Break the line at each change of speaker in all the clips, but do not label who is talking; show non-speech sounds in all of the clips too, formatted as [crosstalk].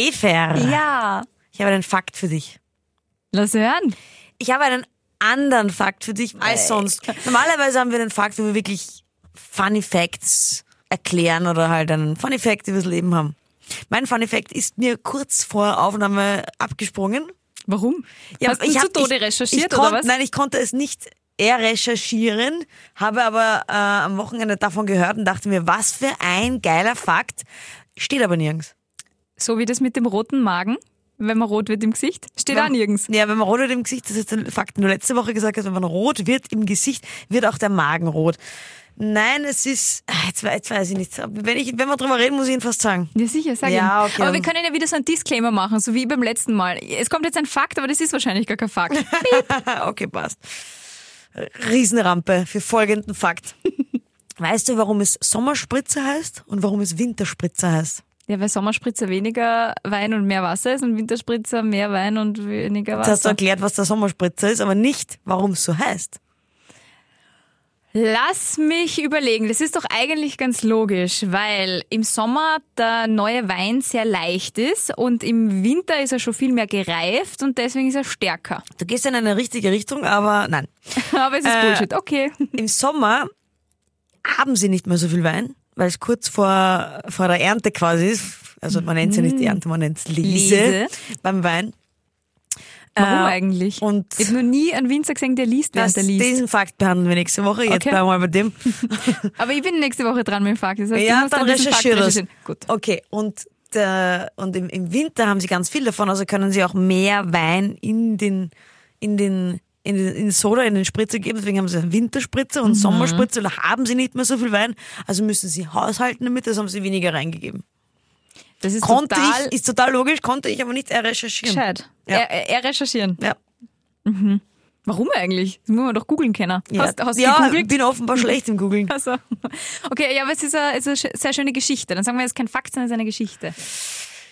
Efer.
Ja.
Eh Ich habe einen Fakt für dich.
Lass hören.
Ich habe einen anderen Fakt für dich als sonst. Normalerweise haben wir einen Fakt, wo wir wirklich Funny Facts erklären oder halt einen Funny Fact übers Leben haben. Mein Funny Fact ist mir kurz vor Aufnahme abgesprungen. Also
Warum? Hast du
ich
zu
hab-
Tode
ich-
recherchiert
ich
oder
konnt-
was?
Nein, ich konnte es nicht eher recherchieren, habe aber äh, am Wochenende davon gehört und dachte mir, was für ein geiler Fakt. Steht aber nirgends.
So wie das mit dem roten Magen, wenn man rot wird im Gesicht, steht
Wenn-
auch nirgends.
Ja, wenn man rot wird im Gesicht, das ist ein Fakt, den du letzte Woche gesagt hast, wenn man rot wird im Gesicht, wird auch der Magen rot. Nein, es ist, ah, jetzt, we- jetzt weiß ich nicht. Wenn, ich, wenn wir drüber reden, muss ich ihn fast sagen.
Ja, sicher, sag
Ja,
ich.
okay,
aber wir
dann-
können ja wieder so einen Disclaimer machen, so wie beim letzten Mal. Es kommt jetzt ein Fakt, aber das ist wahrscheinlich gar
[laughs]
kein Fakt.
Ah, okay, passt. Riesenrampe für folgenden Fakt. [laughs] Weißt du, warum es Sommerspritzer heißt und warum es Winterspritzer heißt?
ja, weil Sommerspritzer weniger Wein und mehr Wasser ist und Winterspritzer mehr Wein und weniger
Jetzt hast du
Wasser.
erklärt, was der Sommerspritzer ist, aber nicht, warum es so heißt.
Lass mich überlegen. Das ist doch eigentlich ganz logisch, weil im Sommer der neue Wein sehr leicht ist und im Winter ist er schon viel mehr gereift und deswegen ist er stärker. [laughs]
Du gehst in eine richtige Richtung, aber nein.
Aber es
Äh,
ist Bullshit. Okay.
Im Sommer haben sie nicht mehr so viel Wein, weil es kurz vor, vor der Ernte quasi ist. Also man nennt es ja nicht
Mhm.
Ernte, man nennt es Lese,
Lese.
beim Wein.
Warum
Äh,
eigentlich?
und-
ich habe noch nie einen Winzer gesehen, der liest,
Das,
während er liest.
diesen Fakt behandeln wir nächste Woche. Jetzt
Okay.
bleiben wir mal bei dem.
Aber ich bin nächste Woche dran mit dem Fakt. Das heißt, ich
ja,
muss da
dann
ein bisschen Fakt
recherchiere das.
recherchieren. Gut.
Okay, und, der, und im, im Winter haben sie ganz viel davon, also können sie auch mehr Wein in den, in den, in den in Soda, in den Spritzer geben. Deswegen haben sie Winterspritzer
Mhm.
und Sommerspritzer, da haben sie nicht mehr so viel Wein, also müssen sie haushalten damit, das haben sie weniger reingegeben.
Das ist
Konnte
total
ich, ist total logisch, konnte ich aber nicht äh, recherchieren.
gescheit.
Ja.
Er, er- er recherchieren. Mhm.
Ja,
Warum eigentlich? Das muss man doch googeln können.
ja.
Hast, hast
ja
gegoogelt?
bin offenbar schlecht im Googlen.
Also, okay, ja, aber es ist eine, es ist eine sehr schöne Geschichte. Dann sagen wir, es ist kein Fakt, sondern es ist eine Geschichte.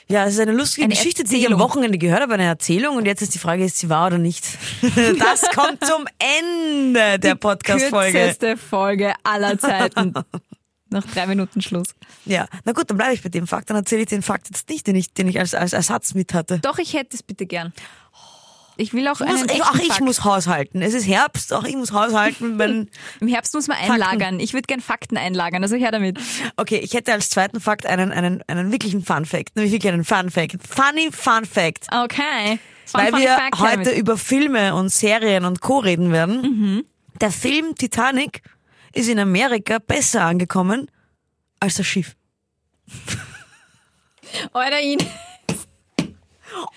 Ja, es ist eine lustige
Eine
Geschichte, die ich am
Erzählung.
Wochenende gehört habe, eine Erzählung. Und jetzt ist die Frage, ist sie wahr oder nicht? [laughs] Das kommt zum Ende der Podcast-Folge.
Kürzeste Folge aller Zeiten.
[laughs]
Nach drei Minuten Schluss.
Ja, na gut, dann bleibe ich bei dem Fakt. Dann erzähle ich den Fakt jetzt nicht, den ich, den ich als, als Ersatz mit hatte.
Doch, ich hätte es bitte gern. Ich will auch
Ich
einen
muss,
echten
ich, auch ich
Fakt.
muss haushalten. Es ist Herbst, auch ich muss haushalten. mit
[laughs]
meinen-
Im Herbst muss man einlagern. Ich würde gern Fakten einlagern, also her damit.
okay, ich hätte als zweiten Fakt einen, einen, einen wirklichen Fun-Fact. Nämlich wirklich einen Fun-Fact. Funny Fun-Fact.
Okay. Fun,
weil
fun
wir
fact, her
heute
damit.
über Filme und Serien und Co. reden werden.
Mhm.
Der Film Titanic ist in Amerika besser angekommen als das Schiff.
Alter, Ines.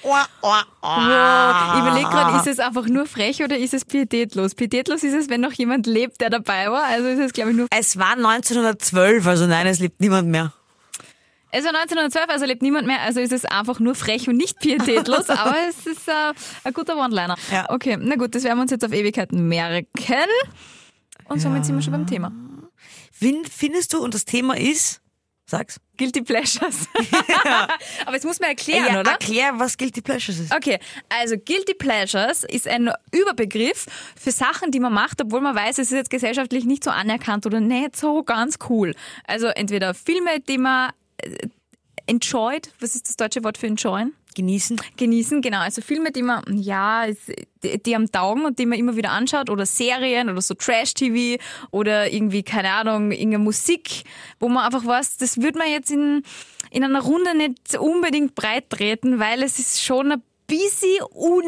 Oah, oah, oah.
[laughs] Ich überlege gerade, ist es einfach nur frech oder ist es pietätlos? Pietätlos ist es, wenn noch jemand lebt, der dabei war. Also ist es, glaube ich, nur.
Es war 1912, also nein, es lebt niemand mehr.
Es war 1912, also lebt niemand mehr. Also ist es einfach nur frech und
[laughs]
nicht pietätlos. aber es ist äh, ein guter One-Liner.
Ja.
Okay, na gut, das werden wir uns jetzt auf Ewigkeiten merken. Und somit sind wir schon beim Thema.
Wen findest du, und das Thema ist, sag's,
Guilty
[laughs]
Pleasures. aber jetzt muss man erklären,
Ja,
oder?
erklär, was Guilty Pleasures ist.
Okay, also Guilty Pleasures ist ein Überbegriff für Sachen, die man macht, obwohl man weiß, es ist jetzt gesellschaftlich nicht so anerkannt oder nicht so ganz cool. Also entweder Filme, die man äh, enjoyed, was ist das deutsche Wort für enjoyen?
Genießen.
Genießen, genau. Also Filme, die man, ja, es- die, die am Taugen und die man immer wieder anschaut oder Serien oder so Trash-TV oder irgendwie, keine Ahnung, irgendeine Musik, wo man einfach weiß, das würde man jetzt in, in einer Runde nicht unbedingt breit treten, weil es ist schon ein bisschen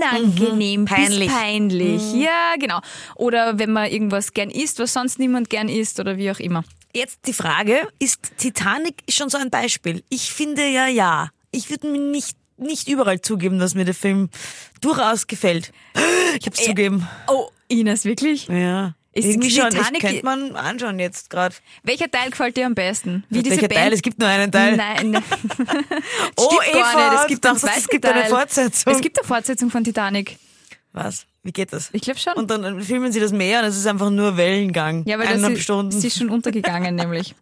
unangenehm, bis
Mhm. Peinlich. Mhm.
peinlich. Ja, genau. Oder wenn man irgendwas gern isst, was sonst niemand gern isst oder wie auch immer.
Jetzt die Frage, ist Titanic schon so ein Beispiel? Ich finde ja, ja. Ich würde mir nicht, nicht überall zugeben, dass mir der Film durchaus gefällt. [gasps] Ich hab's zugeben.
Oh, Ines, wirklich?
Ja.
Ist
Irgendwie schon, ich
Titanic-
könnte man anschauen jetzt gerade.
Welcher Teil gefällt dir am besten? Wie diese
Welcher
Band?
Teil? Es gibt nur einen Teil. [laughs]
Nein. Das
Oh,
stimmt gar
Eva,
nicht. Es
du
gibt, einen
dachtest, es
zweiten
gibt eine
Teil.
Fortsetzung.
Es gibt eine Fortsetzung von Titanic.
Was? Wie geht das?
Ich glaube schon.
Und dann filmen sie das Meer und es ist einfach nur Wellengang.
ja, weil
Eineinhalb
das
Stunden.
ist, sie ist schon
[laughs]
untergegangen, nämlich.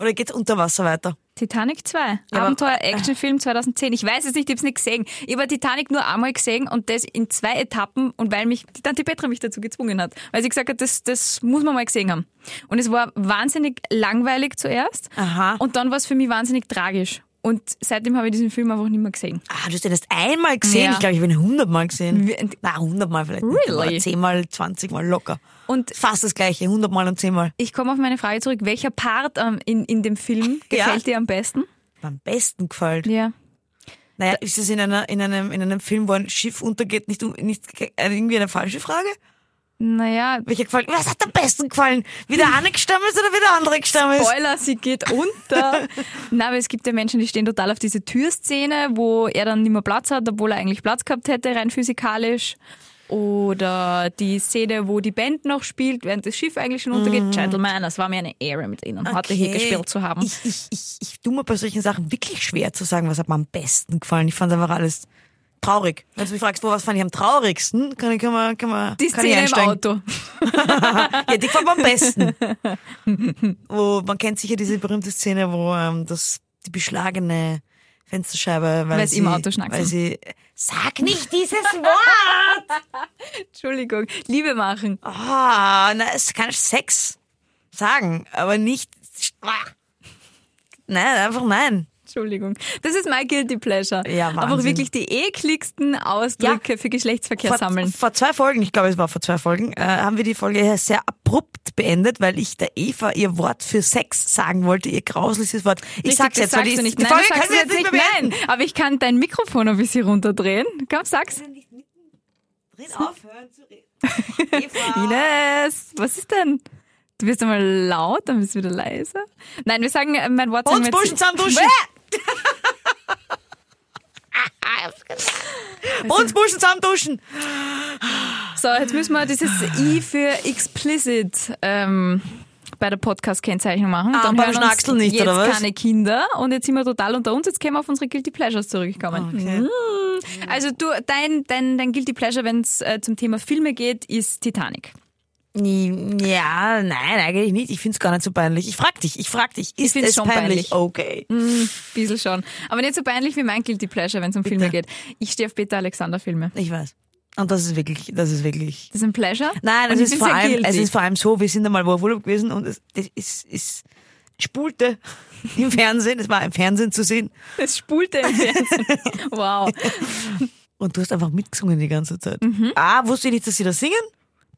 Oder geht's unter Wasser weiter?
Titanic 2, Abenteuer-Actionfilm 2010. Ich weiß es nicht, ich habe es nicht gesehen. Ich habe Titanic nur einmal gesehen und das in zwei Etappen und weil mich die Tante Petra mich dazu gezwungen hat. Weil sie gesagt hat, das, das muss man mal gesehen haben. Und es war wahnsinnig langweilig zuerst
Aha.
und dann war es für mich wahnsinnig tragisch. Und seitdem habe ich diesen Film einfach nicht mehr gesehen.
Ah, du hast den erst einmal gesehen.
Ja.
Ich glaube, ich habe ihn hundertmal gesehen.
Wir-
Na, hundertmal vielleicht. nicht,
Really?
aber Zehnmal, zwanzigmal locker.
Und
Fast das gleiche, hundertmal und zehnmal.
ich komme auf meine Frage zurück. Welcher Part ähm, in, in dem Film [laughs]
Ja.
gefällt dir am besten?
Am besten gefällt.
Ja.
Naja, ist es in, einer, in, einem, in einem Film, wo ein Schiff untergeht, nicht, um- nicht äh, irgendwie eine falsche Frage?
Naja,
Welcher gefällt? Was hat am besten gefallen? Wie
[laughs]
der eine gestorben ist oder wie der andere gestorben ist?
Spoiler, sie geht [laughs] unter. Nein, aber es gibt ja Menschen, die stehen total auf diese Türszene, wo er dann nicht mehr Platz hat, obwohl er eigentlich Platz gehabt hätte, rein physikalisch. Oder die Szene, wo die Band noch spielt, während das Schiff eigentlich schon untergeht. Gentleman, das war mir eine Ehre, mit ihnen heute hier
Okay.
gespielt zu haben.
Ich, ich, ich, ich tue mir bei solchen Sachen wirklich schwer zu sagen, was hat mir am besten gefallen. Ich fand einfach alles traurig. Wenn du mich fragst, wo was fand ich am traurigsten, kann ich, kann man, kann man,
die
kann ich
Szene im
einsteigen.
Auto. [laughs]
Ja, die gefällt mir am besten.
[laughs]
wo, man kennt sicher diese berühmte Szene, wo ähm, das, die beschlagene Fensterscheibe, weil
Weil sie
sie
im Auto schnacksen.
Weil sie, sag nicht dieses
[laughs]
Wort!
Entschuldigung. Liebe machen.
Ah, na, es kann Sex sagen, aber nicht. Ah. Nein, einfach nein.
Entschuldigung. Das ist mein Guilty Pleasure.
Ja,
Einfach
Wahnsinn.
wirklich die ekligsten Ausdrücke für Geschlechtsverkehr
vor,
sammeln.
Vor zwei Folgen, ich glaube, es war vor zwei Folgen, äh, haben wir die Folge sehr abrupt beendet, weil ich der Eva ihr Wort für Sex sagen wollte, ihr grausliches Wort. Ich
Richtig,
sag's
das
jetzt, weil
sagst
die,
du nicht.
die
Nein,
Folge
das
kann
sagst
sie
du
jetzt nicht mehr beenden.
Nein, aber ich kann dein Mikrofon ein bisschen runterdrehen. Komm, sag's.
Drin aufhören zu reden. [laughs] Eva.
Ines, was ist denn? Du wirst einmal laut, dann bist du wieder leise. Nein, wir sagen, äh, mein Wort sagen
Uns
wir
Burschen
jetzt.
zusammen duschen. [laughs]
Also-
Uns Burschen zusammen duschen.
So, jetzt müssen wir dieses I für explicit ähm, bei der Podcast-Kennzeichnung machen.
Ah,
dann
beim
hören uns
Schnacksel nicht,
jetzt
oder was?
keine Kinder und jetzt sind wir total unter uns. Jetzt können wir auf unsere Guilty Pleasures zurückkommen.
Okay. Genau.
Also du, dein, dein, dein Guilty Pleasure, wenn es äh, zum Thema Filme geht, ist Titanic.
Ja, nein, eigentlich nicht. Ich find's gar nicht so peinlich. Ich frag dich, ich frag dich, ist
find's
es
schon
peinlich?
peinlich.
Okay.
Bissel schon. Aber nicht so peinlich wie mein Guilty Pleasure, wenn es um Filme geht. Ich stehe auf Peter Alexander Filme.
Ich weiß. Und das ist wirklich, das ist wirklich.
Das ist ein Pleasure.
Nein,
Und
es
ich
ist,
bin
vor
sehr
allem,
guilty.
es ist vor allem so, wir sind einmal wo auf Urlaub gewesen und es das ist, ist spulte [laughs] im Fernsehen, es war im Fernsehen zu sehen
es spulte im Fernsehen.
[laughs]
Wow.
und du hast einfach mitgesungen die ganze Zeit.
Mhm.
A, wusste ich nicht, dass sie das singen.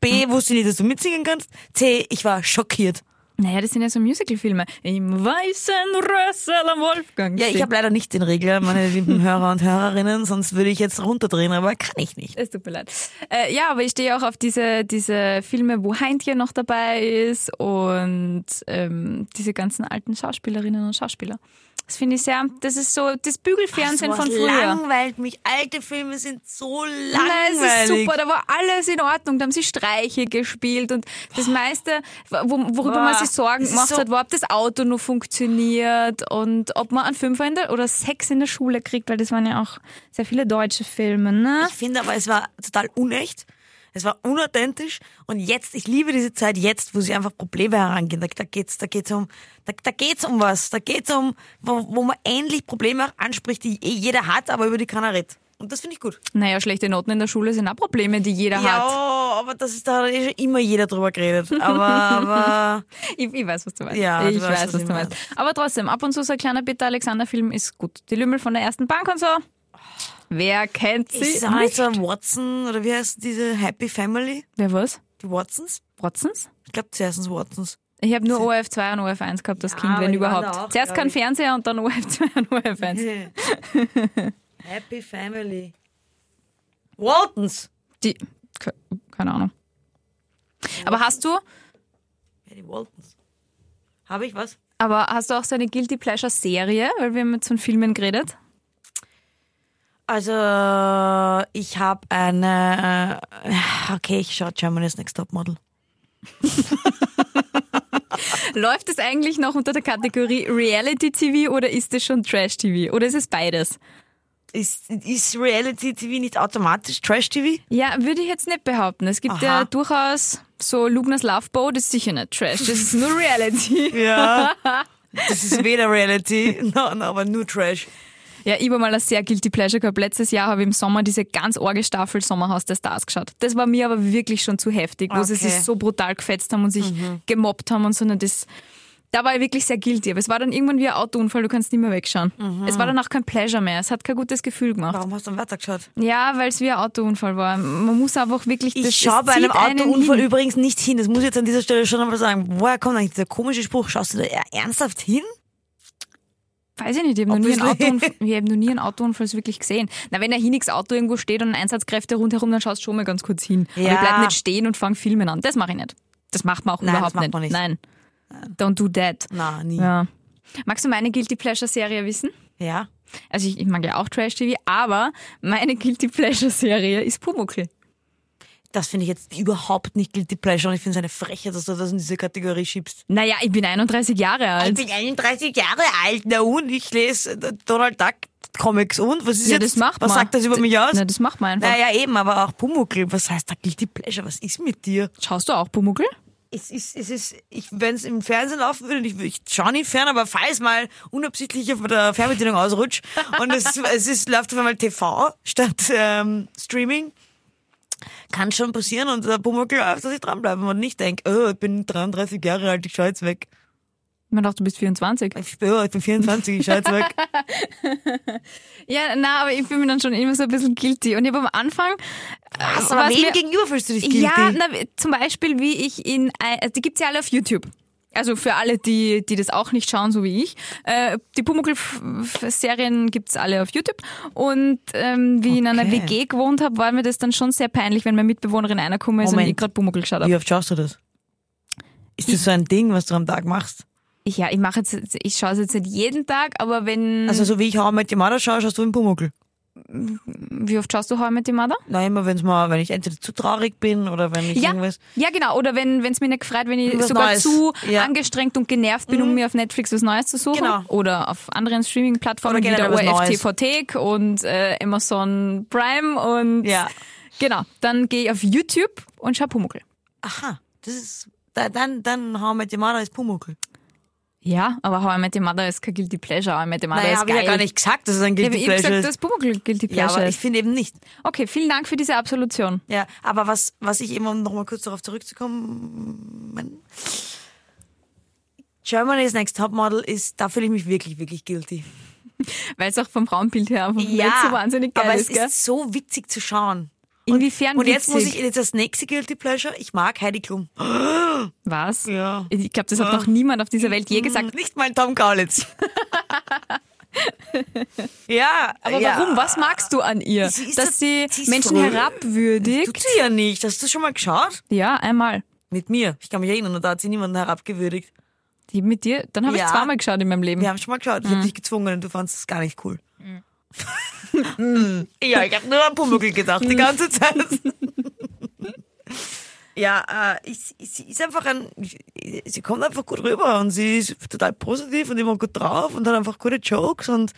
B, wusste ich nicht, dass du mitsingen kannst. C, ich war schockiert.
Naja, das sind ja so Musical-Filme. Im weißen Rössel am Wolfgang.
Ja, ich habe leider nicht den Regler, meine
[laughs]
lieben Hörer und Hörerinnen, sonst würde ich jetzt runterdrehen, aber kann ich nicht.
Es tut mir leid. Äh, ja, aber ich stehe auch auf diese, diese Filme, wo Heintje noch dabei ist und ähm, diese ganzen alten Schauspielerinnen und Schauspieler. Das finde ich sehr, das ist so das Bügelfernsehen
Sowas
von früher.
langweilt mich. Alte Filme sind so
Nein,
langweilig.
es ist super, da war alles in Ordnung. Da haben sie Streiche gespielt und das meiste, wo, worüber
Boah.
man sich Sorgen
Es ist
gemacht
so-
hat, war, ob das Auto nur funktioniert und ob man einen Fünfer in der, oder sechs in der Schule kriegt, weil das waren ja auch sehr viele deutsche Filme, ne?
Ich finde aber, es war total unecht. Es war unauthentisch. Und jetzt, ich liebe diese Zeit jetzt, wo sie einfach Probleme herangehen. Da, da geht's, da geht's um, da, da geht's um was. Da geht's um, wo, wo man endlich Probleme anspricht, die eh jeder hat, aber über die keiner redet. Und das finde ich gut.
Naja, schlechte Noten in der Schule sind auch Probleme, die jeder hat.
Ja, halt. aber das ist, da hat eh schon immer jeder drüber geredet. [laughs] Aber, aber,
Ich, ich weiß, was du meinst.
Ja, du
ich
weißt,
weiß,
was
was
ich
du meinst. Aber trotzdem, ab und zu so ein kleiner Peter Alexander-Film ist gut. Die Lümmel von der ersten Bank und so. Wer kennt sie?
ist es auch nicht so ein Watson, oder wie heißt diese Happy Family?
Wer was?
Die Watsons?
Watsons?
Ich glaube, zuerst sind es Watsons.
Ich habe nur ORF2 und ORF1 gehabt, das Kind,
aber
wenn
die waren
überhaupt.
da auch,
Zuerst
glaub
kein
ich.
Fernseher und dann ORF2 [laughs] und ORF1.
[laughs] Happy Family. Waltons.
Die, ke- keine Ahnung. Aber hast du,
Ja, die Waltons. Habe ich was?
aber hast du auch so eine Guilty Pleasure Serie? Weil wir haben jetzt von Filmen geredet.
Also, ich habe eine. äh, Okay, ich schaue Germany's Next Top Model.
Läuft es eigentlich noch unter der Kategorie Reality TV oder ist es schon Trash TV? Oder ist es beides?
Ist, ist Reality TV nicht automatisch Trash TV?
Ja, würde ich jetzt nicht behaupten. Es gibt
Aha.
ja durchaus so Lugnas Love Boat ist sicher nicht Trash. Das ist nur [laughs] Reality.
Ja. [laughs] Das ist weder Reality, no, no, aber nur Trash.
ja, ich war mal ein sehr guilty pleasure gehabt. Letztes Jahr habe ich im Sommer diese ganz orge Staffel Sommerhaus der Stars geschaut. Das war mir aber wirklich schon zu heftig, wo sie
Okay.
Mhm. sich so brutal gefetzt haben und sich gemobbt haben und so. Na, Das, da war ich wirklich sehr guilty. Aber es war dann irgendwann wie ein Autounfall, du kannst nicht mehr wegschauen. Es war dann auch kein Pleasure mehr, es hat kein gutes Gefühl gemacht.
Warum hast du am Wetter geschaut?
Ja, weil es wie ein Autounfall war. Man muss einfach wirklich... das,
Ich schaue bei
es
einem
zieht einen
Autounfall
hin.
übrigens nicht hin. Das muss ich jetzt an dieser Stelle schon einmal sagen. Woher kommt eigentlich dieser komische Spruch? Schaust du da eher ernsthaft hin?
Weiß ich nicht, ich habe noch, nie einen
Obviously.
Autounfall- ich hab noch nie einen Autounfall so wirklich gesehen. Na, wenn ein Hinix Auto irgendwo steht und Einsatzkräfte rundherum, dann schaust du schon mal ganz kurz hin. Aber
Ja.
ich bleib nicht stehen und fang Filmen an. Das mache ich nicht. Das macht man auch
Nein, das
überhaupt
macht
nicht.
man nicht.
Nein. Don't do that.
Na, nie. Ja.
Ja. Magst du meine Guilty Pleasure Serie wissen? Also ich, ich mag ja auch Trash TV, aber meine Guilty Pleasure Serie ist Pumuckl.
Das finde ich jetzt überhaupt nicht guilty pleasure und ich finde es eine Frechheit, dass du das in diese Kategorie schiebst.
Naja, ich bin 31 Jahre alt.
bin 31 Jahre alt, na und ich lese Donald Duck Comics und was ist
Ja,
jetzt?
das macht
was
man.
sagt das über mich aus?
Na, das macht man einfach.
Naja, eben, aber auch Pumuckl. Was heißt da guilty pleasure? Was ist mit dir?
Schaust du auch Pumuckl?
es ist, es ist, ich, wenn es im Fernsehen laufen würde, und ich, ich schaue nicht fern, aber falls mal unabsichtlich auf der Fernbedienung ausrutscht und
[laughs]
es, es ist, läuft auf einmal TV statt ähm, Streaming, kann schon passieren und der Pumuckl läuft, dass ich dranbleibe und nicht denke, oh, ich bin 33 Jahre alt, ich schaue jetzt weg.
Man dachte, du bist 24.
Ich, bin- oh, ich bin 24, ich schaue jetzt weg.
Ja, na, aber ich fühle mich dann schon immer so ein bisschen guilty. Und ich habe am Anfang.
Was,
aber
aber
wem
wem gegenüber fühlst du dich guilty?
Ja, na, zum Beispiel, wie ich in. äh, Die gibt's ja alle auf YouTube. Also für alle, die, die das auch nicht schauen, so wie ich. Äh, die Pumuckl-Serien gibt's alle auf YouTube. Und ähm, wie ich in einer
Okay.
WG gewohnt habe, war mir das dann schon sehr peinlich, wenn meine Mitbewohnerin reingekommen ist und
Moment.
ich gerade Pumuckl geschaut habe.
Wie oft schaust du das? Ist das so ein Ding, was du am Tag machst?
Ich, ja, ich mache jetzt, ich schaue es jetzt nicht jeden Tag, aber wenn.
Also so wie ich How I Met Your Mother schaue, schaust du im Pumuckl?
wie oft schaust du How I Met Your Mother?
Na, immer wenn's mal, wenn ich entweder zu traurig bin oder wenn ich
Ja,
irgendwas.
ja genau. Oder wenn es mir nicht freut, wenn ich
Irgendwas
sogar
Neues.
zu
Ja. Mhm.
angestrengt und genervt bin, um mir auf Netflix was Neues zu suchen.
Genau.
Oder auf anderen Streaming-Plattformen
Oder
wie der
generell was
ORF
Neues.
TV-Thek und äh, Amazon Prime. Und
Ja.
genau, dann gehe ich auf YouTube und schaue Pumuckl.
Aha, das ist. Da, dann, dann How I Met Your Mother ist Pumuckl.
Ja, aber How I Met Your Mother ist kein Guilty Pleasure. How I Met Your Mother
Naja,
ist
habe ich
geil.
ja gar nicht gesagt, dass es ein
Ich habe
Guilty
eben
Pleasure ist.
gesagt, dass Pumuckl Guilty
Ja,
Pleasure
aber ich
ist.
finde eben nicht.
Okay, vielen Dank für diese Absolution.
Ja, aber was, was ich eben, um nochmal kurz darauf zurückzukommen, mein- Germany's Next Topmodel ist, da fühle ich mich wirklich, wirklich guilty.
Weil es auch vom Frauenbild her einfach nicht so wahnsinnig geil
aber
ist,
es
gell?
ist so witzig zu schauen.
Inwiefern
Und jetzt
witzig?
muss ich jetzt das nächste Guilty Pleasure. Ich mag Heidi Klum.
Was?
Ja. Mhm.
Ich glaube, das hat noch niemand auf dieser Welt je gesagt.
Hm, Nicht mein Tom
[laughs]
Kaulitz. ja,
Aber
ja.
warum? Was magst du an ihr?
Sie ist
Dass
so-
sie
sie ist
Menschen
fröhlich. Tut
herabwürdigt?
sie ja nicht. Hast du schon mal geschaut?
Ja, einmal.
Mit mir. Ich kann mich erinnern, und da hat sie niemanden herabgewürdigt.
Die mit dir? Dann habe
Ja.
ich zweimal geschaut in meinem Leben.
Wir haben schon mal geschaut. Ich
Mhm.
habe dich gezwungen und du fandest es gar nicht cool.
Mhm.
[laughs] ja, ich habe nur an Pumuckl gedacht die ganze Zeit. ja, äh, ich, ich, sie ist einfach ein. Sie kommt einfach gut rüber und sie ist total positiv und immer gut drauf und hat einfach gute Jokes und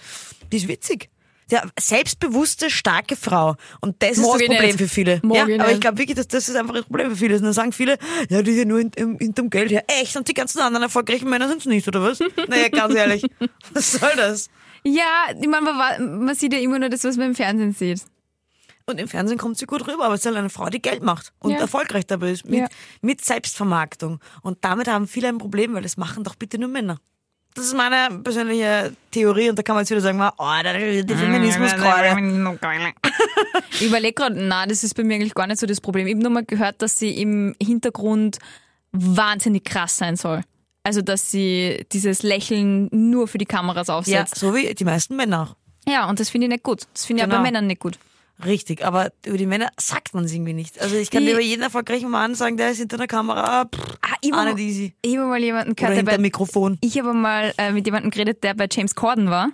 die ist witzig. Ja, selbstbewusste, starke Frau. Und das
Mag ich
ist das Problem
nicht.
für viele.
Mag
Ja,
ich
aber
nicht.
ich glaube wirklich, dass das ist einfach das Problem für viele. Und dann sagen viele, ja, die sind nur hint- im- hinterm Geld her. Echt? Und die ganzen anderen erfolgreichen Männer sind's nicht, oder was? [laughs] naja, ganz ehrlich. Was soll das?
Ja, ich meine, man, wa- man sieht ja immer nur das, was man im Fernsehen sieht.
Und im Fernsehen kommt sie gut rüber, aber es ist halt eine Frau, die Geld macht und
Ja.
erfolgreich dabei ist mit,
Ja.
mit Selbstvermarktung. Und damit haben viele ein Problem, weil das machen doch bitte nur Männer. Das ist meine persönliche Theorie und da kann man jetzt wieder sagen, oh, der, Mm, der Feminismus gerade.
Ich überlege gerade, na, das ist bei mir eigentlich gar nicht so das Problem. Ich habe nur mal gehört, dass sie im Hintergrund wahnsinnig krass sein soll. Also, dass sie dieses Lächeln nur für die Kameras
Ja,
aufsetzt.
so wie die meisten Männer
Ja, und das finde ich nicht gut. Das finde ich auch
Genau.
bei Männern nicht gut.
auch. Richtig, aber über die Männer sagt man es irgendwie nicht. Also ich kann
Die-
über jeden erfolgreichen Mann sagen, der ist hinter der Kamera, pff,
Ah, ich
ah,
habe
nicht easy.
ich hab mal jemanden
Oder
gehört, der
hinter
bei
dem Mikrofon.
Ich habe mal äh, mit jemandem geredet, der bei James Corden war.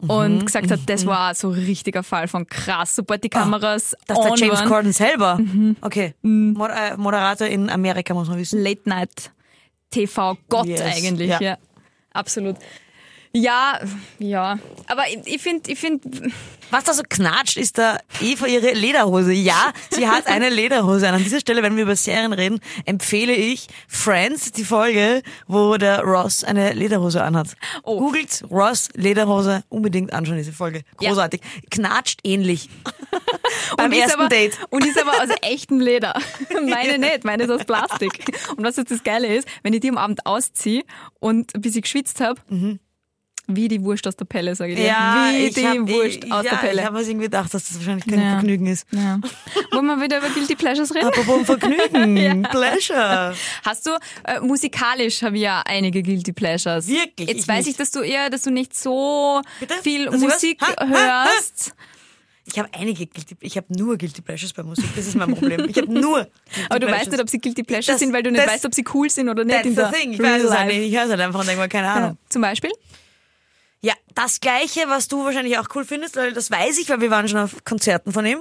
Mhm.
Und gesagt hat, das war so ein richtiger Fall von krass. Sobald die Kameras
Das ist
on
Ah, der James
waren,
Corden selber. Mhm. Okay, Mod äh, Moderator in Amerika, muss man wissen.
Late Night TV Gott
Yes,
eigentlich.
ja.
Ja. absolut. Ja, ja. Aber ich, ich finde, ich find,
Was da so knatscht, ist der Eva ihre Lederhose. Ja, sie hat eine Lederhose an. An dieser Stelle, wenn wir über Serien reden, empfehle ich Friends, die Folge, wo der Ross eine Lederhose anhat.
Oh.
Googelt Ross Lederhose, unbedingt anschauen diese Folge.
Ja.
Großartig. Knatscht ähnlich. Beim
ist
ersten
aber,
Date.
Und ist aber aus echtem Leder.
[laughs]
Meine nicht, meine ist aus Plastik. Und was jetzt das Geile ist, wenn ich die am Abend ausziehe und ein bisschen geschwitzt habe, wie die Wurst aus der Pelle, sage ich dir. wie die
hab-
Wurst
Mhm. ich,
aus
ja,
der
Ich
Pelle.
habe mir irgendwie gedacht, dass das wahrscheinlich kein
Ja.
Vergnügen ist.
Ja. Wollen wir wieder über Guilty Pleasures reden?
[laughs] Apropos Vergnügen, Pleasure.
Hast du, äh, musikalisch habe ich ja einige Guilty Pleasures.
Wirklich?
Jetzt
Ich
weiß
nicht.
ich, dass du eher, dass du nicht so
Bitte?
viel
Dass ich was?
Musik
Ha, ha, ha.
hörst.
Ich habe einige Guilty, ich habe nur Guilty Pleasures bei Musik, das ist mein Problem. Ich habe [laughs] nur Guilty
Aber du
Pleasures.
weißt nicht, ob sie Guilty Pleasures
Das-
sind, weil du nicht
das-
weißt, ob sie cool sind oder nicht.
That's
in der
the thing, ich
Real
weiß es halt
Life.
nicht, ich höre es halt einfach und denke mir, keine
Ja.
Ahnung.
Zum Beispiel?
Genau. Ja. das Gleiche, was du wahrscheinlich auch cool findest, weil das weiß ich, weil wir waren schon auf Konzerten von ihm.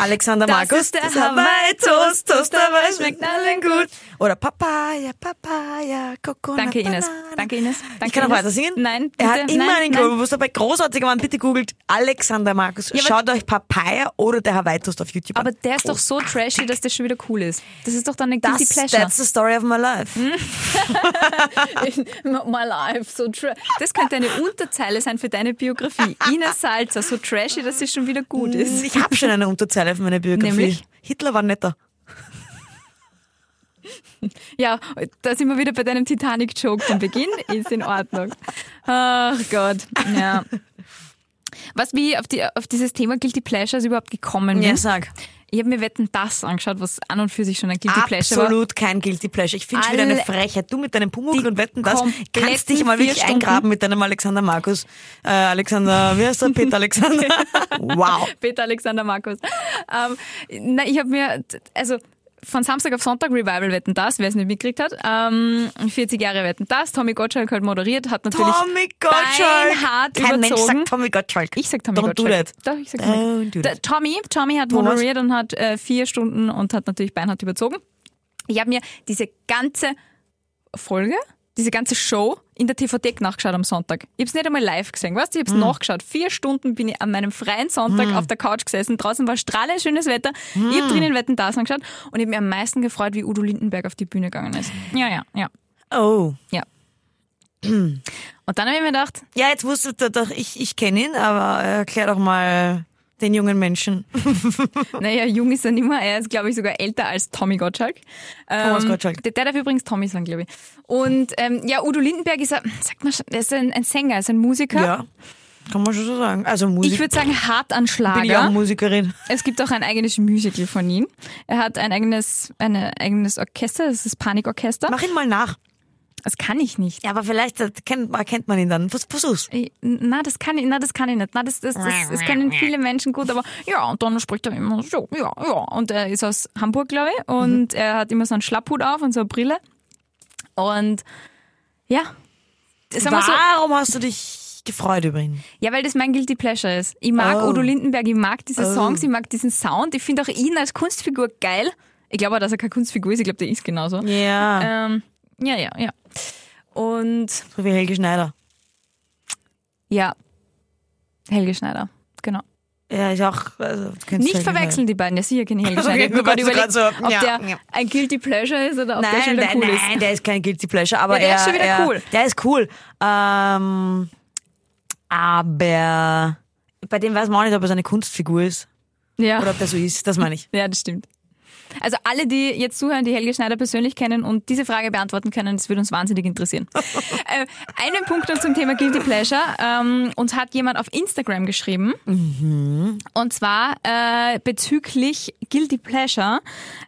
Alexander
Das
Markus.
ist der
Hawaii-Toast, Toast dabei,
schmeckt
schmeckt
allen
allen gut. Oder Papaya, Papaya, Coconut,
Danke, Ines.
Banana.
Danke, Ines. Danke,
Ich kann auch
Ines.
weiter singen.
Nein,
Er
bitte.
hat immer
Nein,
einen
nein.
Globus dabei. Großartiger Mann. Bitte googelt Alexander Markus.
aber-
Schaut euch Papaya oder der Hawaii-Toast auf YouTube
Aber
an.
der ist doch so trashy, dass der schon wieder cool ist. Das ist doch dann eine
das,
Guilty Pleasure.
That's the story of my life.
My life, so tra Das könnte eine Unterzeile sein für deine Biografie. Ines Salzer, so trashy, dass sie schon wieder gut ist.
Ich habe schon eine Unterzeile für meine Biografie.
Nämlich?
Hitler war netter.
Ja, da sind wir wieder bei deinem Titanic-Joke vom Beginn. Ist in Ordnung. Ach Gott, ja. Was wie ich auf, die, auf dieses Thema Guilty Pleasures überhaupt gekommen bin.
Ja, sag.
Ich habe mir Wetten das angeschaut, was an und für sich schon ein Guilty Pleasure war.
Absolut kein Guilty Pleasure. Ich finde schon wieder eine
Alle-
Frechheit. Du mit deinem Pumuckl
Die
und Wetten, das kannst
kompletten
dich mal
vier
wirklich
Stunden.
eingraben mit deinem Alexander Markus. Äh, Alexander, wie heißt er? Peter Alexander. [laughs] wow.
[laughs] Peter Alexander Markus. Ähm, na, ich habe mir, also von Samstag auf Sonntag Revival Wetten das, wer es nicht mitgekriegt hat. Ähm, 40 Jahre Wetten das. Tommy Gottschalk hat moderiert, hat natürlich.
Tommy Gottschalk.
beinhart
Kein Mensch
überzogen.
sagt Tommy Gottschalk.
Ich sag Tommy
Don't
Gottschalk.
Do that.
Doch, ich sag Tommy.
Don't do
Der
that.
Tommy, Tommy hat
Thomas.
moderiert und hat äh, vier Stunden und hat natürlich beinhart überzogen. Ich habe mir diese ganze Folge, diese ganze Show in der TVTech nachgeschaut am Sonntag. Ich habe es nicht einmal live gesehen, weißt du? Ich habe es
Hm.
nachgeschaut. Vier Stunden bin ich an meinem freien Sonntag auf der Couch gesessen. Draußen war strahlend schönes Wetter. Ich
Hm.
habe drinnen Wetten das angeschaut und ich habe mir am meisten gefreut, wie Udo Lindenberg auf die Bühne gegangen ist. Ja, ja, ja,
Oh.
ja. Und dann habe ich mir gedacht,
Ja, jetzt wusstet ihr doch, ich, ich kenne ihn, aber erklär doch mal den jungen Menschen.
Naja, jung ist er nicht mehr. Er ist, glaube ich, sogar älter als Tommy Gottschalk.
Thomas
Ähm,
Gottschalk.
Der, der darf übrigens Tommy sagen, glaube ich. Und ähm, ja, Udo Lindenberg ist, ein- sagt man, schon, er ist ein, ein Sänger, er ist ein Musiker.
Ja. Kann man schon so sagen. Also
Ich
Musik.
würde sagen, hart
bin ja
an
auch
Schlager.
Musikerin.
Es gibt auch ein eigenes Musical von ihm. Er hat ein eigenes, ein eigenes Orchester, das ist das Panikorchester.
Mach ihn mal nach.
Das kann ich nicht.
Ja, aber vielleicht das kennt, man- kennt man ihn dann. Vers- Versuch's.
Ich- Na, das kann ich, na, das kann ich nicht. Na, das, das, das, das
[laughs]
können viele Menschen gut, aber ja, und dann spricht er immer so, ja, ja. Und er ist aus Hamburg, glaube ich, und
Mhm.
er hat immer so einen Schlapphut auf und so eine Brille. Und ja, sagen wir so,
Warum hast du dich gefreut über ihn?
ja, weil das mein Guilty Pleasure ist. Ich mag
Oh.
Udo Lindenberg, ich mag diese
Oh.
Songs, ich mag diesen Sound, ich finde auch ihn als Kunstfigur geil. Ich glaube auch, dass er keine Kunstfigur ist, ich glaube, der ist genauso.
Ja.
Ähm, ja, ja, ja. Und
So wie Helge Schneider.
ja, Helge Schneider, genau.
Ja, ich auch. Also, du kennst
Nicht
Helge
verwechseln die beiden, der ist sicher
[laughs]
kein Helge
Okay,
Schneider. Ich hab mir
du
gerade
warst grad
überlegt,
so,
ob
ja,
der
ja.
ein Guilty Pleasure ist oder ob
Nein,
der schon wieder
nein,
cool ist.
nein, der ist kein Guilty Pleasure, aber
Ja, der
er
ist schon wieder
er,
cool.
Der ist cool. Ähm, aber bei dem weiß man auch nicht, ob es eine Kunstfigur ist
Ja.
oder ob der
[laughs]
so ist. Das meine ich.
ja, das stimmt. Also alle, die jetzt zuhören, die Helge Schneider persönlich kennen und diese Frage beantworten können, das würde uns wahnsinnig interessieren. äh, einen Punkt noch zum Thema Guilty Pleasure. Ähm, uns hat jemand auf Instagram geschrieben.
Mhm.
Und zwar äh, bezüglich Guilty Pleasure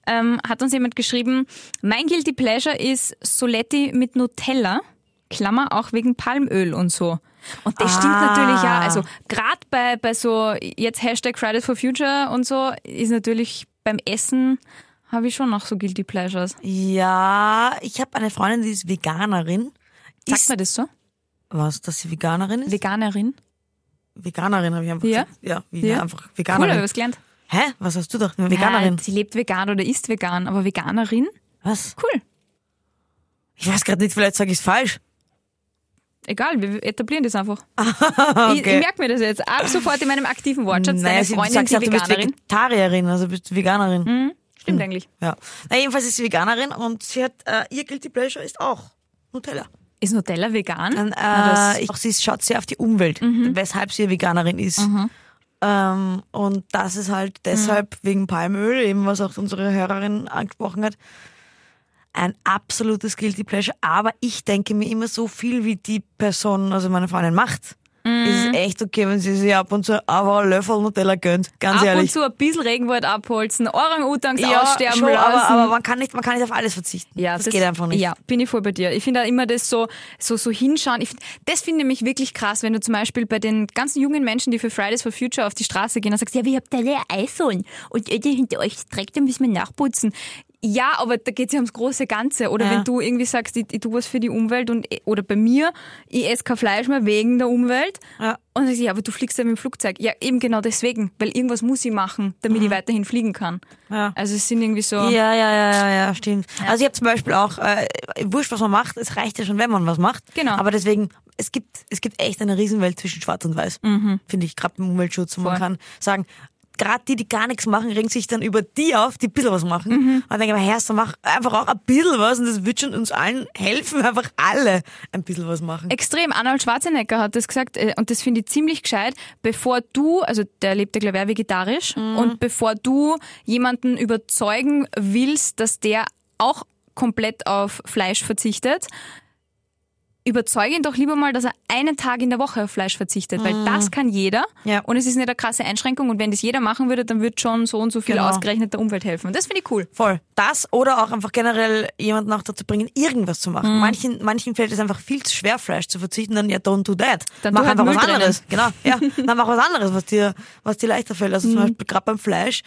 ähm, hat uns jemand geschrieben, mein Guilty Pleasure ist Soletti mit Nutella. Klammer, auch wegen Palmöl und so. Und das stimmt
Ah.
natürlich ja. Also gerade bei, bei so jetzt Hashtag Fridays for Future und so ist natürlich beim Essen habe ich schon noch so Guilty Pleasures.
Ja, ich habe eine Freundin, die ist Veganerin.
Sagt
Ist-
man das so?
Was, dass sie Veganerin ist?
Veganerin?
Veganerin habe ich einfach
Ja?
gesagt. Ja, wie
Ja.
einfach
Cool,
Veganerin.
habe ich was gelernt.
Hä? Was hast du doch? Veganerin.
Ja, sie lebt vegan oder ist vegan, aber Veganerin?
Was?
Cool.
Ich weiß gerade nicht, vielleicht sage ich es falsch.
Egal, wir etablieren
[laughs]
das einfach. Ich, ich merke mir das jetzt ab sofort in meinem aktiven Wortschatz. Deine
Ah, sie-
Freundin, die
ja, du bist Hm.
Veganerin. Mhm.
Vegetarierin, also bist Veganerin.
Stimmt eigentlich.
Ja. Na, jedenfalls ist sie Veganerin und sie hat, äh, ihr Guilty Pleasure ist auch Nutella.
Ist Nutella vegan?
Dann,
Na, das-
äh, ich, auch sie schaut sehr auf die Umwelt,
Mhm.
weshalb sie Veganerin ist. Ähm, und das ist halt
Mhm.
deshalb wegen Palmöl, eben was auch unsere Hörerin angesprochen hat, ein absolutes Guilty Pleasure. Aber ich denke mir immer so viel, wie die Person, also meine Freundin, macht.
Mhm.
Ist es echt okay, wenn sie sich ab und zu einfach einen Löffel Nutella gönnt, ganz
ab
ehrlich.
und zu ein bisschen Regenwald abholzen, Orang-Utans
ja,
aussterben
schon,
lassen.
aber, aber man kann nicht, man kann nicht auf alles verzichten.
ja,
das, geht einfach nicht.
Ja, bin ich voll bei dir. Ich finde auch immer das so, so, so hinschauen. Ich, find- das finde ich nämlich wirklich krass, wenn du zum Beispiel bei den ganzen jungen Menschen, die für Fridays for Future auf die Straße gehen, dann sagst, ja, wir habt alle ein iPhone und ihr, die hinter euch trägt, dann müssen wir nachputzen. Ja, aber da geht es ja ums große Ganze. Oder
Ja.
wenn du irgendwie sagst, ich, ich tue was für die Umwelt und oder bei mir, ich esse kein Fleisch mehr wegen der Umwelt.
Ja.
Und dann sag ich, ja, aber du fliegst ja mit dem Flugzeug. Ja, eben genau deswegen, weil irgendwas muss ich machen, damit ich weiterhin fliegen kann.
Mhm. Ja.
Also es sind irgendwie so.
Ja, ja, ja, ja, ja, stimmt. Also ich habe zum Beispiel auch, äh, wurscht, was man macht, es reicht ja schon, wenn man was macht.
Genau.
Aber deswegen, es gibt, es gibt echt eine Riesenwelt zwischen Schwarz und Weiß, finde ich, gerade im Umweltschutz. Und man
Mhm. Voll.
kann sagen, gerade die, die gar nichts machen, regen sich dann über die auf, die ein bisschen was machen.
Mhm.
Und dann denke ich mir, Herr, mach einfach auch ein bisschen was und das wird schon uns allen helfen, [laughs] wenn einfach alle ein bisschen was machen.
extrem. Arnold Schwarzenegger hat das gesagt äh, und das finde ich ziemlich gescheit, bevor du, also der lebt ja glaube ich auch vegetarisch und bevor du jemanden überzeugen willst, dass der auch komplett auf Fleisch verzichtet, überzeuge ihn doch lieber mal, dass er einen Tag in der Woche auf Fleisch verzichtet, weil das kann jeder
Ja.
und es ist nicht eine krasse Einschränkung und wenn das jeder machen würde, dann würde schon so und so viel
Genau.
ausgerechnet der Umwelt helfen und das finde ich cool.
Voll. Das oder auch einfach generell jemanden auch dazu bringen, irgendwas zu
Mhm.
machen. Manchen, manchen fällt es einfach viel zu schwer, Fleisch zu verzichten, dann ja, don't do that.
Dann
mach
tu halt
einfach was
Müll
anderes. Genau, ja.
[laughs]
Dann mach was anderes, was dir, was dir leichter fällt. Also
Mhm.
zum Beispiel gerade beim Fleisch.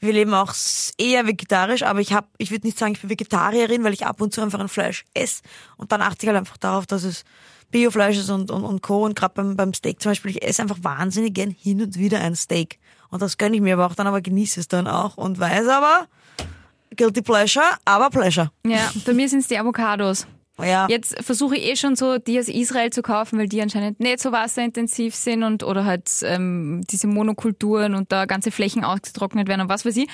Wir leben auch s- eher vegetarisch, aber ich hab, ich würde nicht sagen, ich bin Vegetarierin, weil ich ab und zu einfach ein Fleisch esse. Und dann achte ich halt einfach darauf, dass es Biofleisch ist und, und, und Co. Und gerade beim, beim Steak zum Beispiel, ich esse einfach wahnsinnig gern hin und wieder ein Steak. Und das gönne ich mir aber auch dann, aber genieße es dann auch und weiß aber, Guilty Pleasure, aber Pleasure. Oh
Ja, bei mir sind es die Avocados.
Ja,
Jetzt versuche ich eh schon so, die aus Israel zu kaufen, weil die anscheinend nicht so wasserintensiv sind und oder halt ähm, diese Monokulturen und da ganze Flächen ausgetrocknet werden und was weiß ich.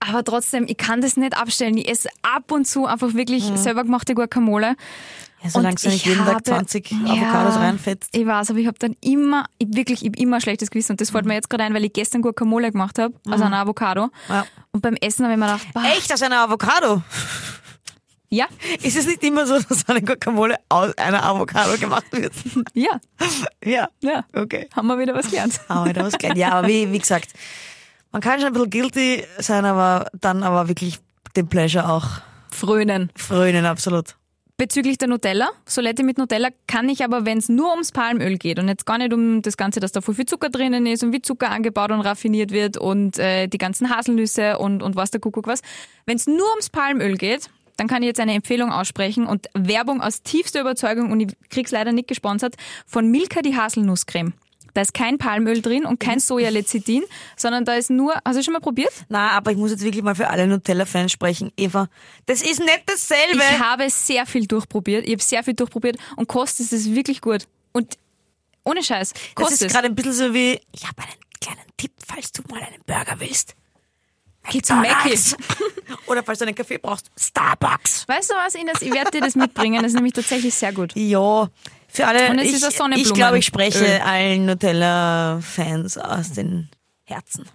Aber trotzdem, ich kann das nicht abstellen. Ich esse ab und zu einfach wirklich selber gemachte Guacamole.
ja solange
und
du nicht
ich
jeden
habe-
Tag 20 Avocados
Ja.
reinfetzt.
Ich weiß, aber ich habe dann immer, ich wirklich, ich hab immer ein schlechtes Gewissen. Und das fällt mir jetzt gerade ein, weil ich gestern Guacamole gemacht habe, also einer Avocado.
Ja.
Und beim Essen habe ich mir gedacht, bah,
Echt aus einer Avocado?
ja,
Ist es nicht immer so, dass eine Guacamole aus einer Avocado gemacht wird? [laughs]
ja,
ja,
ja.
okay.
Haben wir wieder was gelernt.
Aber heute was gelernt. Ja, aber wie, wie gesagt, man kann schon ein bisschen guilty sein, aber dann aber wirklich den Pleasure auch
Frönen.
frönen, absolut.
Bezüglich der Nutella, Solette mit Nutella kann ich aber, wenn es nur ums Palmöl geht und jetzt gar nicht um das Ganze, dass da voll viel Zucker drinnen ist und wie Zucker angebaut und raffiniert wird und äh, die ganzen Haselnüsse und, und was der Kuckuck was, wenn es nur ums Palmöl geht, dann kann ich jetzt eine Empfehlung aussprechen und Werbung aus tiefster Überzeugung und ich krieg's leider nicht gesponsert, von Milka die Haselnusscreme. Da ist kein Palmöl drin und kein Sojalecithin, sondern da ist nur, hast du schon mal probiert?
Na, aber ich muss jetzt wirklich mal für alle Nutella-Fans sprechen. Eva, das ist nicht dasselbe.
Ich habe sehr viel durchprobiert. Ich habe sehr viel durchprobiert und kostet es ist wirklich gut. Und ohne Scheiß,
Das
kostet
ist
es.
gerade ein bisschen so wie, ich habe einen kleinen Tipp, falls du mal einen Burger willst.
Geh zu Mackis.
Ah, [laughs] Oder falls du einen Kaffee brauchst, Starbucks.
Weißt du was, Ines? Ich werde dir das mitbringen. Das ist nämlich tatsächlich sehr gut.
Ja, für alle.
Und es
ich,
ist das Sonnenblumen-
Ich glaube, ich spreche
Öl.
allen Nutella-Fans aus den Herzen.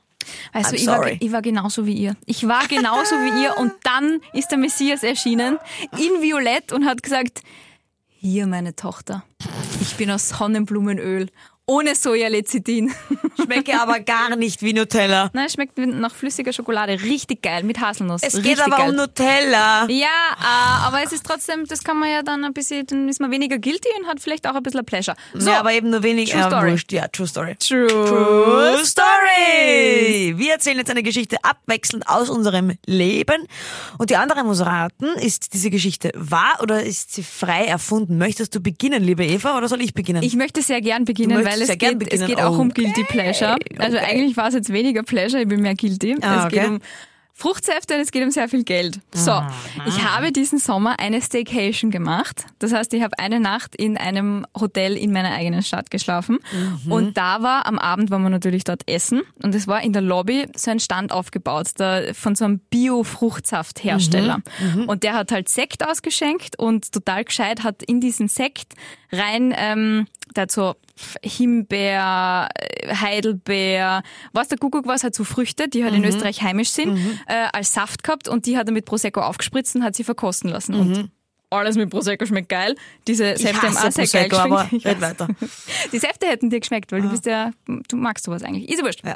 Weißt du,
I'm
ich war,
sorry.
ich war genauso wie ihr. Ich war genauso wie ihr und dann ist der Messias erschienen in Violett und hat gesagt, hier meine Tochter, ich bin aus Sonnenblumenöl
[laughs]
ohne Sojalecithin. [laughs]
Schmecke aber gar nicht wie Nutella.
Nein, schmeckt nach flüssiger Schokolade. Richtig geil, mit Haselnuss.
Es
Richtig
geht aber
geil.
um Nutella.
Ja, äh, aber es ist trotzdem, das kann man ja dann ein bisschen, dann ist man weniger guilty und hat vielleicht auch ein bisschen Pleasure. So,
ja, aber eben nur wenig.
True
ja,
Story.
wurscht. Ja, True Story.
true.
True Story. Wir erzählen jetzt eine Geschichte abwechselnd aus unserem Leben und die andere muss raten, ist diese Geschichte wahr oder ist sie frei erfunden? Möchtest du beginnen, liebe Eva, oder soll ich beginnen?
Ich möchte sehr gern
Du
beginnen,
möchtest
weil es
sehr gern
geht,
beginnen. Oh,
es geht auch um
Okay,
Guilty Pleasure. Also
okay.
eigentlich war es jetzt weniger Pleasure, ich bin mehr Guilty.
Ah,
es geht
okay. Ah,
um Fruchtsäfte und es geht um sehr viel Geld. So, ich habe diesen Sommer eine Staycation gemacht. Das heißt, ich habe eine Nacht in einem Hotel in meiner eigenen Stadt geschlafen.
Mhm.
Und da war, am Abend waren wir natürlich dort essen und es war in der Lobby so ein Stand aufgebaut da, von so einem Bio-Fruchtsafthersteller.
Mhm.
Und der hat halt Sekt ausgeschenkt und total gescheit hat in diesen Sekt rein... Ähm, der hat so Himbeer, äh, Heidelbeer, was der Kuckuck was, halt so Früchte, die
Mhm.
halt in Österreich heimisch sind, äh, als Saft gehabt und die hat er mit Prosecco aufgespritzt und hat sie verkosten lassen. Und alles mit Prosecco schmeckt geil. Diese
Mhm. Ich
Säfte haben auch
hasse
sehr geil
Prosecco,
[laughs]
aber
geschmeckt.
red weiter.
Die Säfte hätten dir geschmeckt, weil du bist ja, du magst sowas eigentlich. Ist ja wurscht.
Ah. Ja.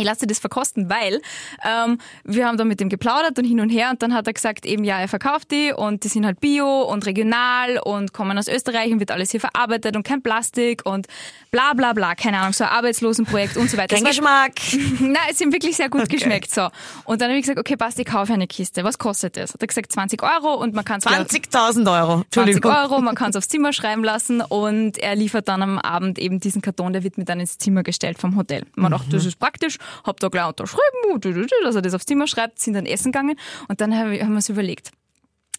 Ich lasse dir das verkosten, weil ähm, wir haben dann mit dem geplaudert und hin und her und dann hat er gesagt, eben ja, er verkauft die und die sind halt bio und regional und kommen aus Österreich und wird alles hier verarbeitet und kein Plastik und bla bla bla, keine Ahnung, so ein Arbeitslosenprojekt und so weiter.
Kein
Das war-
[laughs] Geschmack.
[laughs] na, es sind wirklich sehr gut geschmeckt. So. Und dann habe ich gesagt, okay, passt, ich kaufe eine Kiste. Was kostet das? Hat er gesagt, 20 Euro und man kann es
20.000 Euro.
20
Entschuldigung.
Euro, man kann es aufs Zimmer schreiben lassen und er liefert dann am Abend eben diesen Karton, der wird mir dann ins Zimmer gestellt vom Hotel. Man
Mhm.
dachte, das ist praktisch, hab da gleich unterschrieben, du, du, du, dass er das aufs Zimmer schreibt, sind dann essen gegangen und dann haben wir haben wir uns überlegt.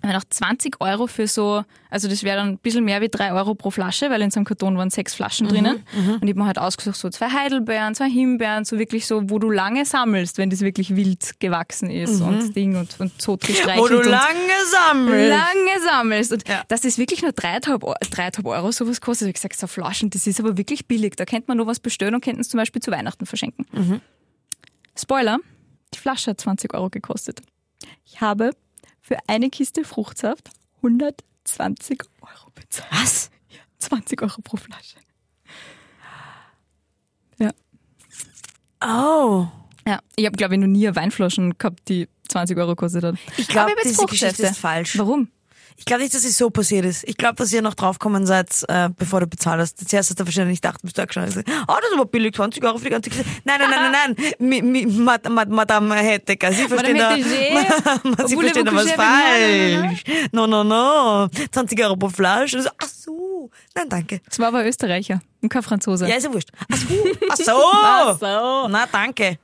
Aber noch 20 Euro für so, also das wäre dann ein bisschen mehr wie 3 Euro pro Flasche, weil in so einem Karton waren sechs Flaschen
Mhm,
drinnen. Und ich hab mir halt ausgesucht, so zwei Heidelbeeren, zwei Himbeeren, so wirklich so, wo du lange sammelst, wenn das wirklich wild gewachsen ist und Ding und, und tot gestreichelt.
Mhm. Wo du
und
lange sammelst.
lange sammelst. Und
Ja.
dass das wirklich nur 3,5 Eu- 3,5 Euro sowas kostet. Ich hab gesagt, so Flaschen, das ist aber wirklich billig. Da könnte man nur was bestellen und könnten es zum Beispiel zu Weihnachten verschenken.
Mhm.
Spoiler, die Flasche hat 20 Euro gekostet. Ich habe für eine Kiste Fruchtsaft 120 Euro bezahlt.
Was?
20 Euro pro Flasche.
Oh.
Ja, ich habe, glaube ich, noch nie eine Weinflaschen gehabt, die 20 Euro gekostet hat.
Ich glaube,
Aber ich hab jetzt
diese Geschichte
Fruchtsäfte.
ist falsch.
Warum?
Ich glaube nicht, dass es so passiert ist. Ich glaube, dass ihr noch draufgekommen seid, äh, bevor du bezahlt hast. Zuerst hast du wahrscheinlich nicht gedacht, bist du angeschaut und gesagt, ah, das ist aber billig, 20 Euro für die ganze Kiste. Nein, nein, nein, nein, [laughs] nein. Mi, mi, Mad, Mad, Madame Hettecker, Sie verstehen da,
Madame Hettecker.
Ma- [laughs] Sie
Voulez-vous
verstehen da was
coucher avec moi?
falsch. No, no, no. 20 Euro pro Flasche. Und so, ach so. Nein, danke.
Es war aber Österreicher und kein Franzose.
Ja, ist ja wurscht. Ach [laughs] so. Ach so.
so.
Oh, Na, danke.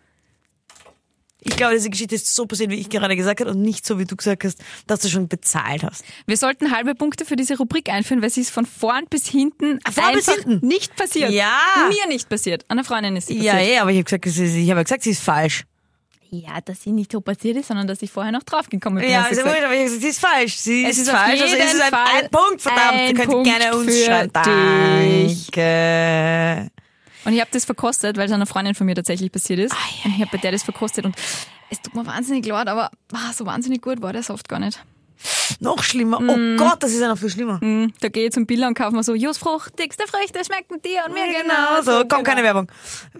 Ich glaube, diese Geschichte ist so passiert, wie ich gerade gesagt habe und nicht so, wie du gesagt hast, dass du schon bezahlt hast.
Wir sollten halbe Punkte für diese Rubrik einführen, weil sie ist von vorn bis hinten
Vorn bis
einfach
hinten?
nicht passiert.
Ja.
Mir nicht passiert. Einer Freundin ist sie
Ja,
passiert.
ja, aber ich habe gesagt, es ist- ich habe ja gesagt, sie ist falsch.
Ja, dass sie nicht so passiert ist, sondern dass ich vorher noch draufgekommen bin.
Ja,
hast du
also,
gesagt.
aber ich hab gesagt, sie ist falsch. Sie
Es
ist,
ist auf
falsch. Also
jeden
es ist ein,
Fall
ein Punkt, verdammt.
ein
ihr könnt
Punkt
gerne uns
für
schreiben.
dich.
Danke.
Und ich habe das verkostet, weil es einer Freundin von mir tatsächlich passiert ist. und ich habe bei der das verkostet und es tut mir wahnsinnig leid, aber ah, so wahnsinnig gut war der Soft gar nicht.
Noch schlimmer. Oh Gott, das ist ja noch viel schlimmer.
Hm, Da gehe ich zum Biller und kaufe mir so, Jus fruchtigste Früchte schmecken dir und mir
Genau so. Komm, keine Werbung.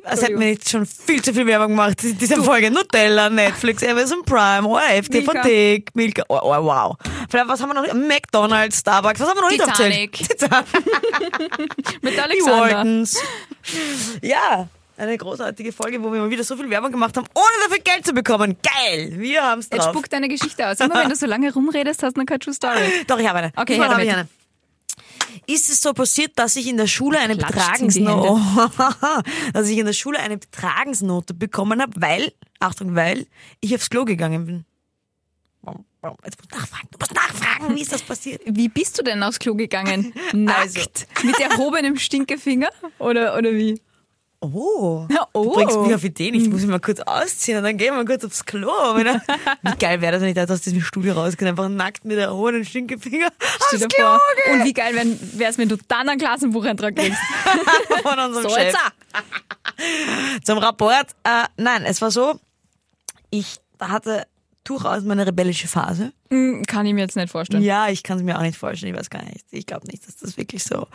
Es hätten wir jetzt schon viel zu viel Werbung gemacht in dieser Folge. Nutella, Netflix, Amazon Prime, oh, ORF,
Milka.
TV, Milka. Oh, oh, wow. Vielleicht, was haben wir noch? nicht- McDonalds, Starbucks, was haben wir noch
Titanic.
nicht aufgezählt? [laughs] Titanic.
Mit
Die
Alexander.
Waltons. Ja, eine großartige Folge, wo wir mal wieder so viel Werbung gemacht haben, ohne dafür Geld zu bekommen. Geil, wir haben's
Jetzt
drauf.
spuck deine Geschichte aus. Immer wenn [laughs] du so lange rumredest, hast du noch keine True Story.
Doch, ich habe eine.
Okay,
Diesmal
her
habe ich eine.
damit.
Ist es so passiert, dass ich in der Schule eine
Klatscht in die
Betragensnote, [laughs] dass ich in der Schule eine Betragensnote bekommen habe, weil, Achtung, weil ich aufs Klo gegangen bin. Jetzt muss ich nachfragen. Du musst nachfragen, wie ist das passiert?
Wie bist du denn aufs Klo gegangen? Nackt? Mit erhobenem Stinkefinger? Oder, oder wie?
[laughs] Oh,
Ja,
du
oh.
bringst mich auf Ideen. Ich muss mich mal kurz ausziehen und dann gehen wir mal kurz aufs Klo. [laughs] Wenn- Wie geil wäre das, wenn ich da jetzt aus diesem Studio rausgehe, einfach nackt mit erhobenen [laughs] Stinkefinger
Stell
aufs
dir
Klo
vor. Und wie geil wäre es, wenn du dann einen Klassenbucheintrag kriegst?
gehe von unserem
So,
Chef.
jetzt auch.
[laughs] Zum Rapport. Äh, nein, es war so, ich hatte durchaus meine rebellische Phase.
Hm, Kann ich mir jetzt nicht vorstellen.
Ja, ich kann es mir auch nicht vorstellen. Ich weiß gar nicht. Ich glaube nicht, dass das wirklich so.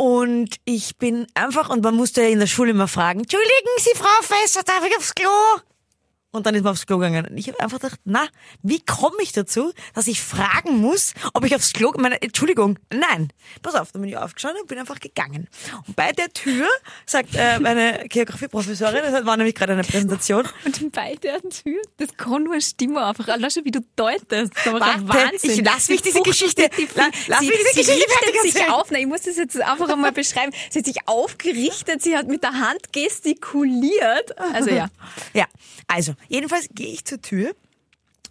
Und ich bin einfach, und man musste ja in der Schule immer fragen, Entschuldigen Sie, Frau Fässer, darf ich aufs Klo? Und dann ist man aufs Klo gegangen. Und ich habe einfach gedacht, na, wie komme ich dazu, dass ich fragen muss, ob ich aufs Klo, meine, Entschuldigung, nein. Pass auf, dann bin ich aufgestanden und bin einfach gegangen. Und bei der Tür sagt äh, meine Geografieprofessorin, das war nämlich gerade eine Präsentation,
Und bei der Tür, das kann nur stimmen einfach. Lass schon, wie du deutest. Das ist ein
Warte,
Wahnsinn.
ich lass mich
Die
diese
Frucht-
Geschichte-
die Frucht-
la- lass
sie,
mich diese
sie
Geschichte fertig
richtet sich
erzählen.
auf. Na, ich muss das jetzt einfach
[laughs]
einmal beschreiben. Sie hat sich aufgerichtet, sie hat mit der Hand gestikuliert. Also ja.
Ja, also, Jedenfalls gehe ich zur Tür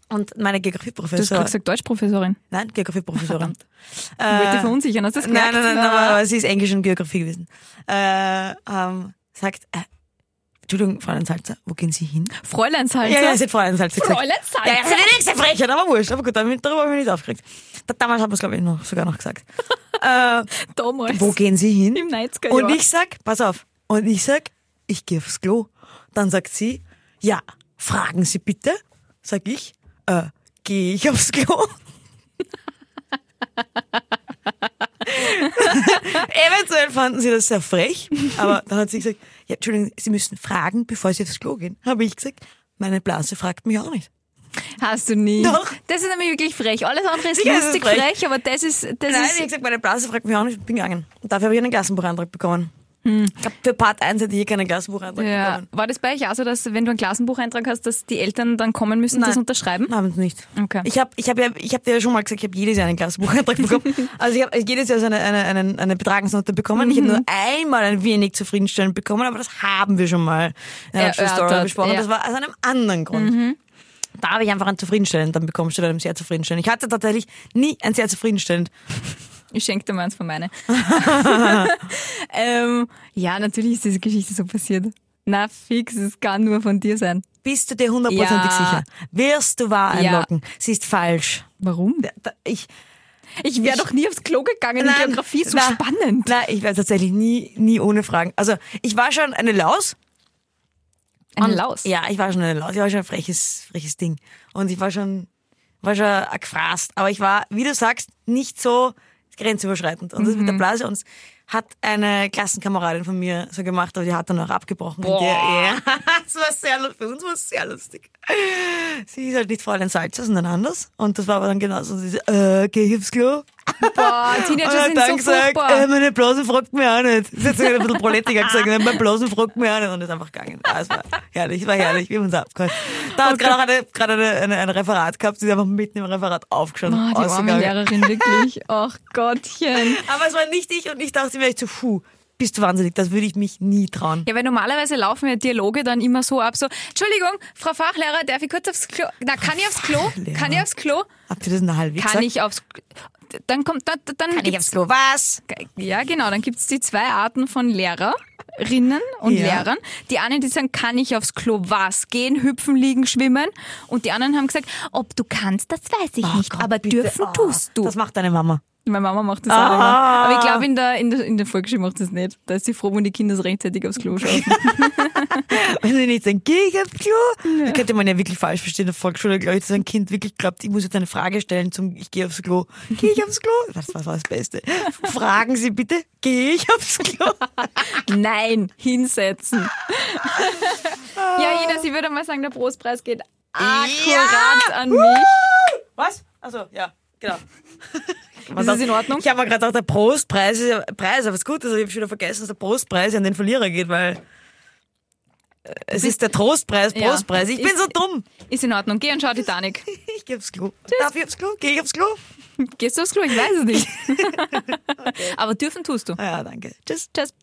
und meine
Du hast
Geografieprofessorin.
gerade gesagt Deutschprofessorin.
Nein, Geografieprofessorin. Äh,
Verdammt. Ich wollte dich verunsichern, hast du das gemerkt?
Nein, nein, nein,
Na,
aber sie ist Englisch und Geografie gewesen. Äh, ähm, sagt, äh, Entschuldigung, Fräulein Salzer, wo gehen Sie hin?
Fräulein Salzer.
Ja, ja, sie hat Fräulein Salzer gesagt.
Fräulein Salzer.
Ja, das ist ja die nächste Frechheit, aber wurscht. Aber gut, damit, darüber habe ich mich nicht aufgeregt. Da, damals hat man es, glaube ich, noch, sogar noch gesagt. [laughs] äh,
Damals.
wo gehen Sie hin?
Im
[laughs]
90er
Und
Jahr.
ich sag, pass auf, und ich sag, ich gehe aufs Klo. Dann sagt sie, ja, fragen Sie bitte. Sag ich, äh, gehe ich aufs Klo? [laughs] Eventuell fanden sie das sehr frech, aber dann hat sie gesagt, ja, Entschuldigung, Sie müssen fragen, bevor Sie aufs Klo gehen. Habe ich gesagt, meine Blase fragt mich auch nicht.
Hast du nie.
Doch.
Das ist nämlich wirklich frech. Alles andere ist
Sicher ist es
lustig
frech.
frech. aber das ist,
Nein, ich
das ist
habe gesagt, meine Blase fragt mich auch nicht und bin gegangen. Und dafür habe ich einen Klassenbuchantrag bekommen. Ich glaube, für Part 1 hätte ich hier keinen Klassenbuchantrag
Ja,
bekommen.
war das bei euch auch so, dass wenn du einen Klassenbucheintrag hast, dass die Eltern dann kommen müssen,
Nein.
das unterschreiben?
Haben sie nicht.
Okay.
Ich habe ich hab ja, ich hab dir ja schon mal gesagt, ich habe jedes Jahr einen Klassenbucheintrag bekommen.
[laughs]
Also ich habe jedes Jahr so eine, eine, eine, eine Betragensnote bekommen.
Mhm.
Ich habe nur einmal ein wenig zufriedenstellend bekommen, aber das haben wir schon mal in der
Erörtert,
Story besprochen.
ja. Mhm.
Das war aus einem anderen Grund. Da habe ich einfach einen zufriedenstellend dann bekommen, statt einem sehr zufriedenstellend. Ich hatte tatsächlich nie ein sehr zufriedenstellend.
Ich schenke dir mal eins
[laughs]
von meine. [laughs] ähm, ja, natürlich ist diese Geschichte so passiert. Na fix, es kann nur von dir sein.
Bist du dir hundertprozentig
Ja.
sicher? Wirst du wahr
Ja.
einloggen? Sie ist falsch.
Warum?
Da- da- Ich,
Ich wäre doch nie aufs Klo gegangen. die
Nein,
Geografie ist so
nein,
spannend.
Nein, ich war tatsächlich nie, nie ohne Fragen. Also ich war schon eine Laus.
Eine
Und-
Laus.
Ja, ich war schon eine Laus. Ich war schon ein freches, freches Ding. Und ich war schon, war schon ein gefrast. Aber ich war, wie du sagst, nicht so grenzüberschreitend. Und das mit der Blase uns hat eine Klassenkameradin von mir so gemacht, aber die hat dann auch abgebrochen. Und Die, ja, [laughs] das war sehr, lu- für uns war es sehr lustig. Sie ist halt nicht Fräulein Salzer, sondern anders. Und das war aber dann genauso. Sie so, äh, geh ich aufs Klo?
Boah,
Und
Teenager sind
er hat
so
Äh, dann gesagt,
furchtbar.
äh, meine Blasen fragt mich auch nicht. Das hat sogar ein bisschen
[laughs]
proletiger gesagt, ne? meine Blasen fragt mich auch nicht. Und ist einfach gegangen. Ah, es war herrlich, es war herrlich. Wir haben uns abgeholt. Da hat gerade auch eine, gerade eine, eine, ein Referat gehabt, sie ist einfach mitten im Referat aufgestanden.
Ah, die arme
ausgegangen.
Lehrerin, [laughs] wirklich. Ach Gottchen.
Aber es war nicht ich und ich dachte mir echt so, puh, bist du wahnsinnig, das würde ich mich nie trauen.
Ja, weil normalerweise laufen ja Dialoge dann immer so ab, so, Entschuldigung, Frau Fachlehrer, darf ich kurz aufs Klo? Na, kann ich aufs Klo?
Fachlehrer.
Kann ich aufs Klo?
Habt ihr das in der Halbweg
Kann
gesagt?
ich aufs Dann kommt, dann, dann
Kann ich
gibt's-
aufs Klo? Was?
Ja, genau, dann gibt's die zwei Arten von Lehrerinnen und
Ja.
Lehrern. Die einen, die sagen, kann ich aufs Klo was? Gehen, hüpfen, liegen, schwimmen. Und die anderen haben gesagt, ob du kannst, das weiß ich nicht,
Gott,
aber
bitte.
dürfen
Ah,
tust du.
Das macht deine Mama.
Meine Mama macht das auch
Ah.
immer. Aber ich glaube, in der, in, der, in der Volksschule macht das nicht. Da ist sie froh, wenn die Kinder so rechtzeitig aufs Klo schauen.
Also Wenn sie nicht sagen, geh ich aufs Klo, dann könnte man ja wirklich falsch verstehen. In der Volksschule, glaube ich, dass ein Kind wirklich glaubt, ich muss jetzt eine Frage stellen zum Ich gehe aufs Klo. Gehe ich aufs Klo? Das war so das Beste. Fragen Sie bitte, gehe ich aufs Klo?
Nein, hinsetzen. ja, Ines, ich würde mal sagen, der Brustpreis geht akkurat an mich.
[laughs] Was? Also ja, genau.
Ist das in Ordnung?
Ich habe mir gerade gedacht, der Prostpreis ist ja Preis, aber es ist gut, dass ich hab schon wieder vergessen, dass der Prostpreis an den Verlierer geht, weil äh, es ist der Trostpreis,
Ja.
Prostpreis. Ich bin
Ist-
so dumm. [laughs]
Ist in Ordnung. Geh und schau Titanic.
Ich gehe aufs Klo. Darf ich aufs Klo? Gehe ich aufs Klo?
[laughs] Gehst du aufs Klo? Ich weiß es nicht. Aber dürfen tust du.
Ah Ja, danke. Tschüss.
Tschüss.